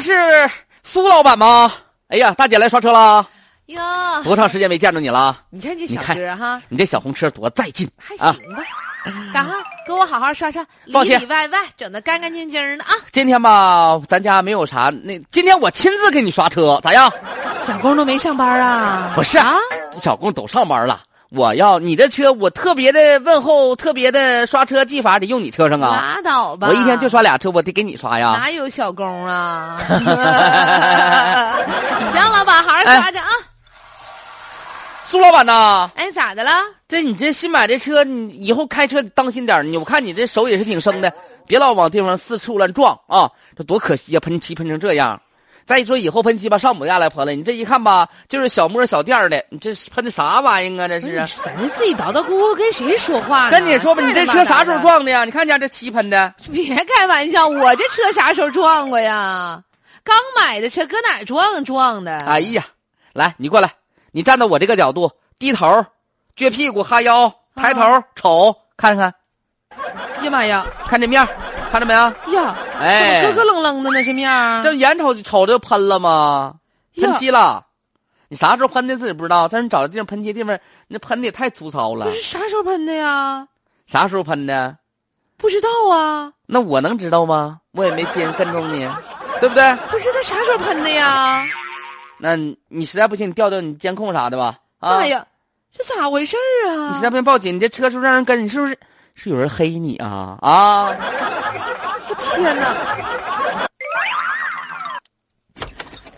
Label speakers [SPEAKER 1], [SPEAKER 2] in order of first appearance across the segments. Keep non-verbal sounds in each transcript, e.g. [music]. [SPEAKER 1] 是苏老板吗？哎呀，大姐来刷车了，啊
[SPEAKER 2] 哟，
[SPEAKER 1] 多长时间没见着你了？
[SPEAKER 2] 你看这
[SPEAKER 1] 你
[SPEAKER 2] 小
[SPEAKER 1] 看
[SPEAKER 2] 哥哈，
[SPEAKER 1] 你这小红车多带劲
[SPEAKER 2] 还
[SPEAKER 1] 啊！
[SPEAKER 2] 行吧？赶哈，给我好好刷刷，里
[SPEAKER 1] 抱歉
[SPEAKER 2] 里外外整的干干净净的啊！
[SPEAKER 1] 今天吧，咱家没有啥，那今天我亲自给你刷车，咋样？
[SPEAKER 2] 小工都没上班啊？
[SPEAKER 1] 不是啊，小工都上班了。我要你的车，我特别的问候，特别的刷车技法得用你车上啊！
[SPEAKER 2] 拉倒吧！
[SPEAKER 1] 我一天就刷俩车，我得给你刷呀。
[SPEAKER 2] 哪有小工
[SPEAKER 1] [laughs]
[SPEAKER 2] 啊？行，老板，好好刷去啊！
[SPEAKER 1] 苏老板呐，
[SPEAKER 2] 哎，咋的了？
[SPEAKER 1] 这你这新买的车，你以后开车当心点儿你我看你这手也是挺生的，别老往地方四处乱撞啊，这多可惜啊！喷漆喷成这样，再一说以后喷漆吧，上我们家来喷了。你这一看吧，就是小摸小垫儿的，你这喷的啥玩意儿啊？这
[SPEAKER 2] 不
[SPEAKER 1] 是
[SPEAKER 2] 是你神儿自己捣捣咕咕跟谁说话呢？
[SPEAKER 1] 跟你说吧，你这车啥时候？撞的呀？你看见这漆喷的，
[SPEAKER 2] 别开玩笑，我这车啥时候撞过呀？刚买的车搁哪儿撞撞的？
[SPEAKER 1] 哎呀，来，你过来，你站到我这个角度，低头，撅屁股，哈腰，抬头、瞅，看看
[SPEAKER 2] 哎呀妈呀！
[SPEAKER 1] 看这面儿，看着没有？
[SPEAKER 2] 呀，
[SPEAKER 1] 哎
[SPEAKER 2] 怎么咯咯楞楞的呢？这面儿
[SPEAKER 1] 这眼瞅就瞅着喷了吗？喷
[SPEAKER 2] 呀
[SPEAKER 1] 漆了，你啥时候喷的自己不知道，但是你找的地方喷漆地方，那喷的也太粗糙了
[SPEAKER 2] 不。是啥时候喷的呀？
[SPEAKER 1] 啥时候喷的？
[SPEAKER 2] 不知道啊，
[SPEAKER 1] 那我能知道吗？我也没监跟踪你，对不对？
[SPEAKER 2] 不知道啥时候喷的呀？
[SPEAKER 1] 那你你实在不行，你调调你监控啥的吧。啊，
[SPEAKER 2] 妈哎呀，这咋回事儿啊？
[SPEAKER 1] 你实在不行报警，你这车是不是让人跟？你是不是是有人黑你啊？啊！ [laughs]
[SPEAKER 2] 我天哪！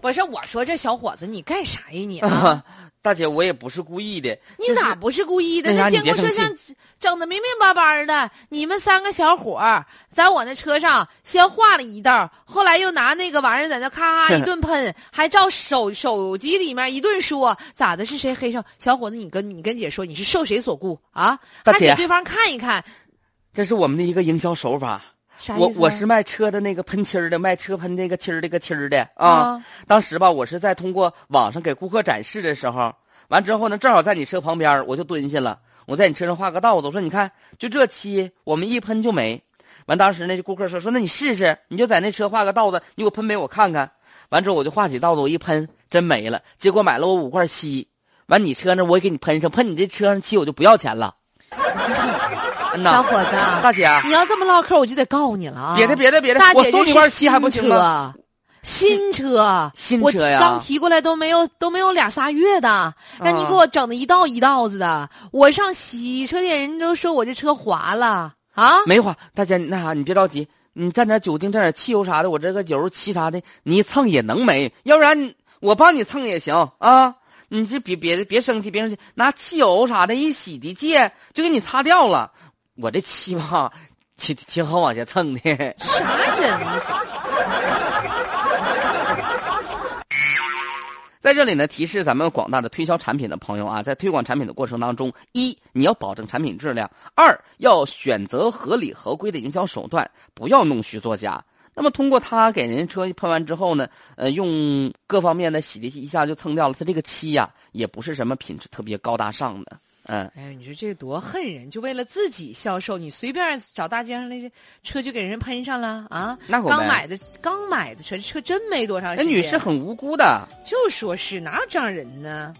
[SPEAKER 2] 不是我说，这小伙子你干啥呀你
[SPEAKER 1] [laughs]
[SPEAKER 2] 啊？
[SPEAKER 1] 大姐，我也不是故意的。
[SPEAKER 2] 你
[SPEAKER 1] 就是
[SPEAKER 2] 咋不是故意的？
[SPEAKER 1] 那啥
[SPEAKER 2] 那
[SPEAKER 1] 你
[SPEAKER 2] 监
[SPEAKER 1] 别
[SPEAKER 2] 控摄
[SPEAKER 1] 生
[SPEAKER 2] 像整的明明白白的。你们三个小伙儿在我那车上先画了一道，后来又拿那个玩意儿在那
[SPEAKER 1] [laughs]
[SPEAKER 2] 咔咔一顿喷，还照手手机里面一顿说咋的？是谁黑上？小伙子，你跟你跟姐说，你是受谁所雇啊？
[SPEAKER 1] 大
[SPEAKER 2] 还
[SPEAKER 1] 姐
[SPEAKER 2] 给对方看一看，
[SPEAKER 1] 这是我们的一个营销手法。
[SPEAKER 2] 啥意思
[SPEAKER 1] 我我
[SPEAKER 2] 啊？
[SPEAKER 1] 是卖车的那个喷漆儿的，卖车喷那个漆儿这个漆儿的啊。
[SPEAKER 2] 啊
[SPEAKER 1] 当时吧，我是在通过网上给顾客展示的时候，完之后呢，正好在你车旁边儿，我就蹲下了，我在你车上画个道子，我说你看，就这漆我们一喷就没。完，当时那顾客说说那你试试，你就在那车画个道子，你给我喷没我看看。完之后我就画起道子，我一喷真没了，结果买了我五块漆。完你车呢，我也给你喷上，喷你这车上漆我就不要钱了。嗯
[SPEAKER 2] 小
[SPEAKER 1] 呐，
[SPEAKER 2] 伙子啊，
[SPEAKER 1] 大姐啊。
[SPEAKER 2] 你要这么唠嗑，我就得告你了啊！
[SPEAKER 1] 别的别的别的
[SPEAKER 2] 大，姐
[SPEAKER 1] 我送你
[SPEAKER 2] 这
[SPEAKER 1] 块
[SPEAKER 2] 是
[SPEAKER 1] 漆还不行吗？
[SPEAKER 2] 新车，新
[SPEAKER 1] [laughs] 新
[SPEAKER 2] 车，我
[SPEAKER 1] 车呀
[SPEAKER 2] 刚提过来都没有都没有俩仨月的，让你
[SPEAKER 1] 啊
[SPEAKER 2] 给我整的一道一道子的。我上洗车店，人都说我这车滑了
[SPEAKER 1] [laughs]
[SPEAKER 2] 啊！
[SPEAKER 1] 没花，大姐那啥，你别着急，你蘸点酒精，蘸点汽油啥的，我这个有时候漆啥的，你一蹭也能没，要不然你我帮你蹭也行啊。你这别别别生气，别生气，拿汽油啥的一洗涤剂就给你擦掉了。我这漆吧， [laughs] 挺挺好往下蹭的。
[SPEAKER 2] 啥人啊？
[SPEAKER 1] 在这里呢，提示咱们广大的推销产品的朋友啊，在推广产品的过程当中，一你要保证产品质量，二要选择合理合规的营销手段，不要弄虚作假。那么通过他给人车喷完之后呢，呃，用各方面的洗涤剂一下就蹭掉了，他这个漆呀、也不是什么品质特别高大上的，嗯，
[SPEAKER 2] 哎呀，你说这多恨人！就为了自己销售，你随便找大街上那些车就给人喷上了啊！
[SPEAKER 1] 那可不呗
[SPEAKER 2] 刚买的刚买的车，这车真没多长
[SPEAKER 1] 那
[SPEAKER 2] 时间。
[SPEAKER 1] 女士很无辜的。
[SPEAKER 2] 就说是哪有这样人呢？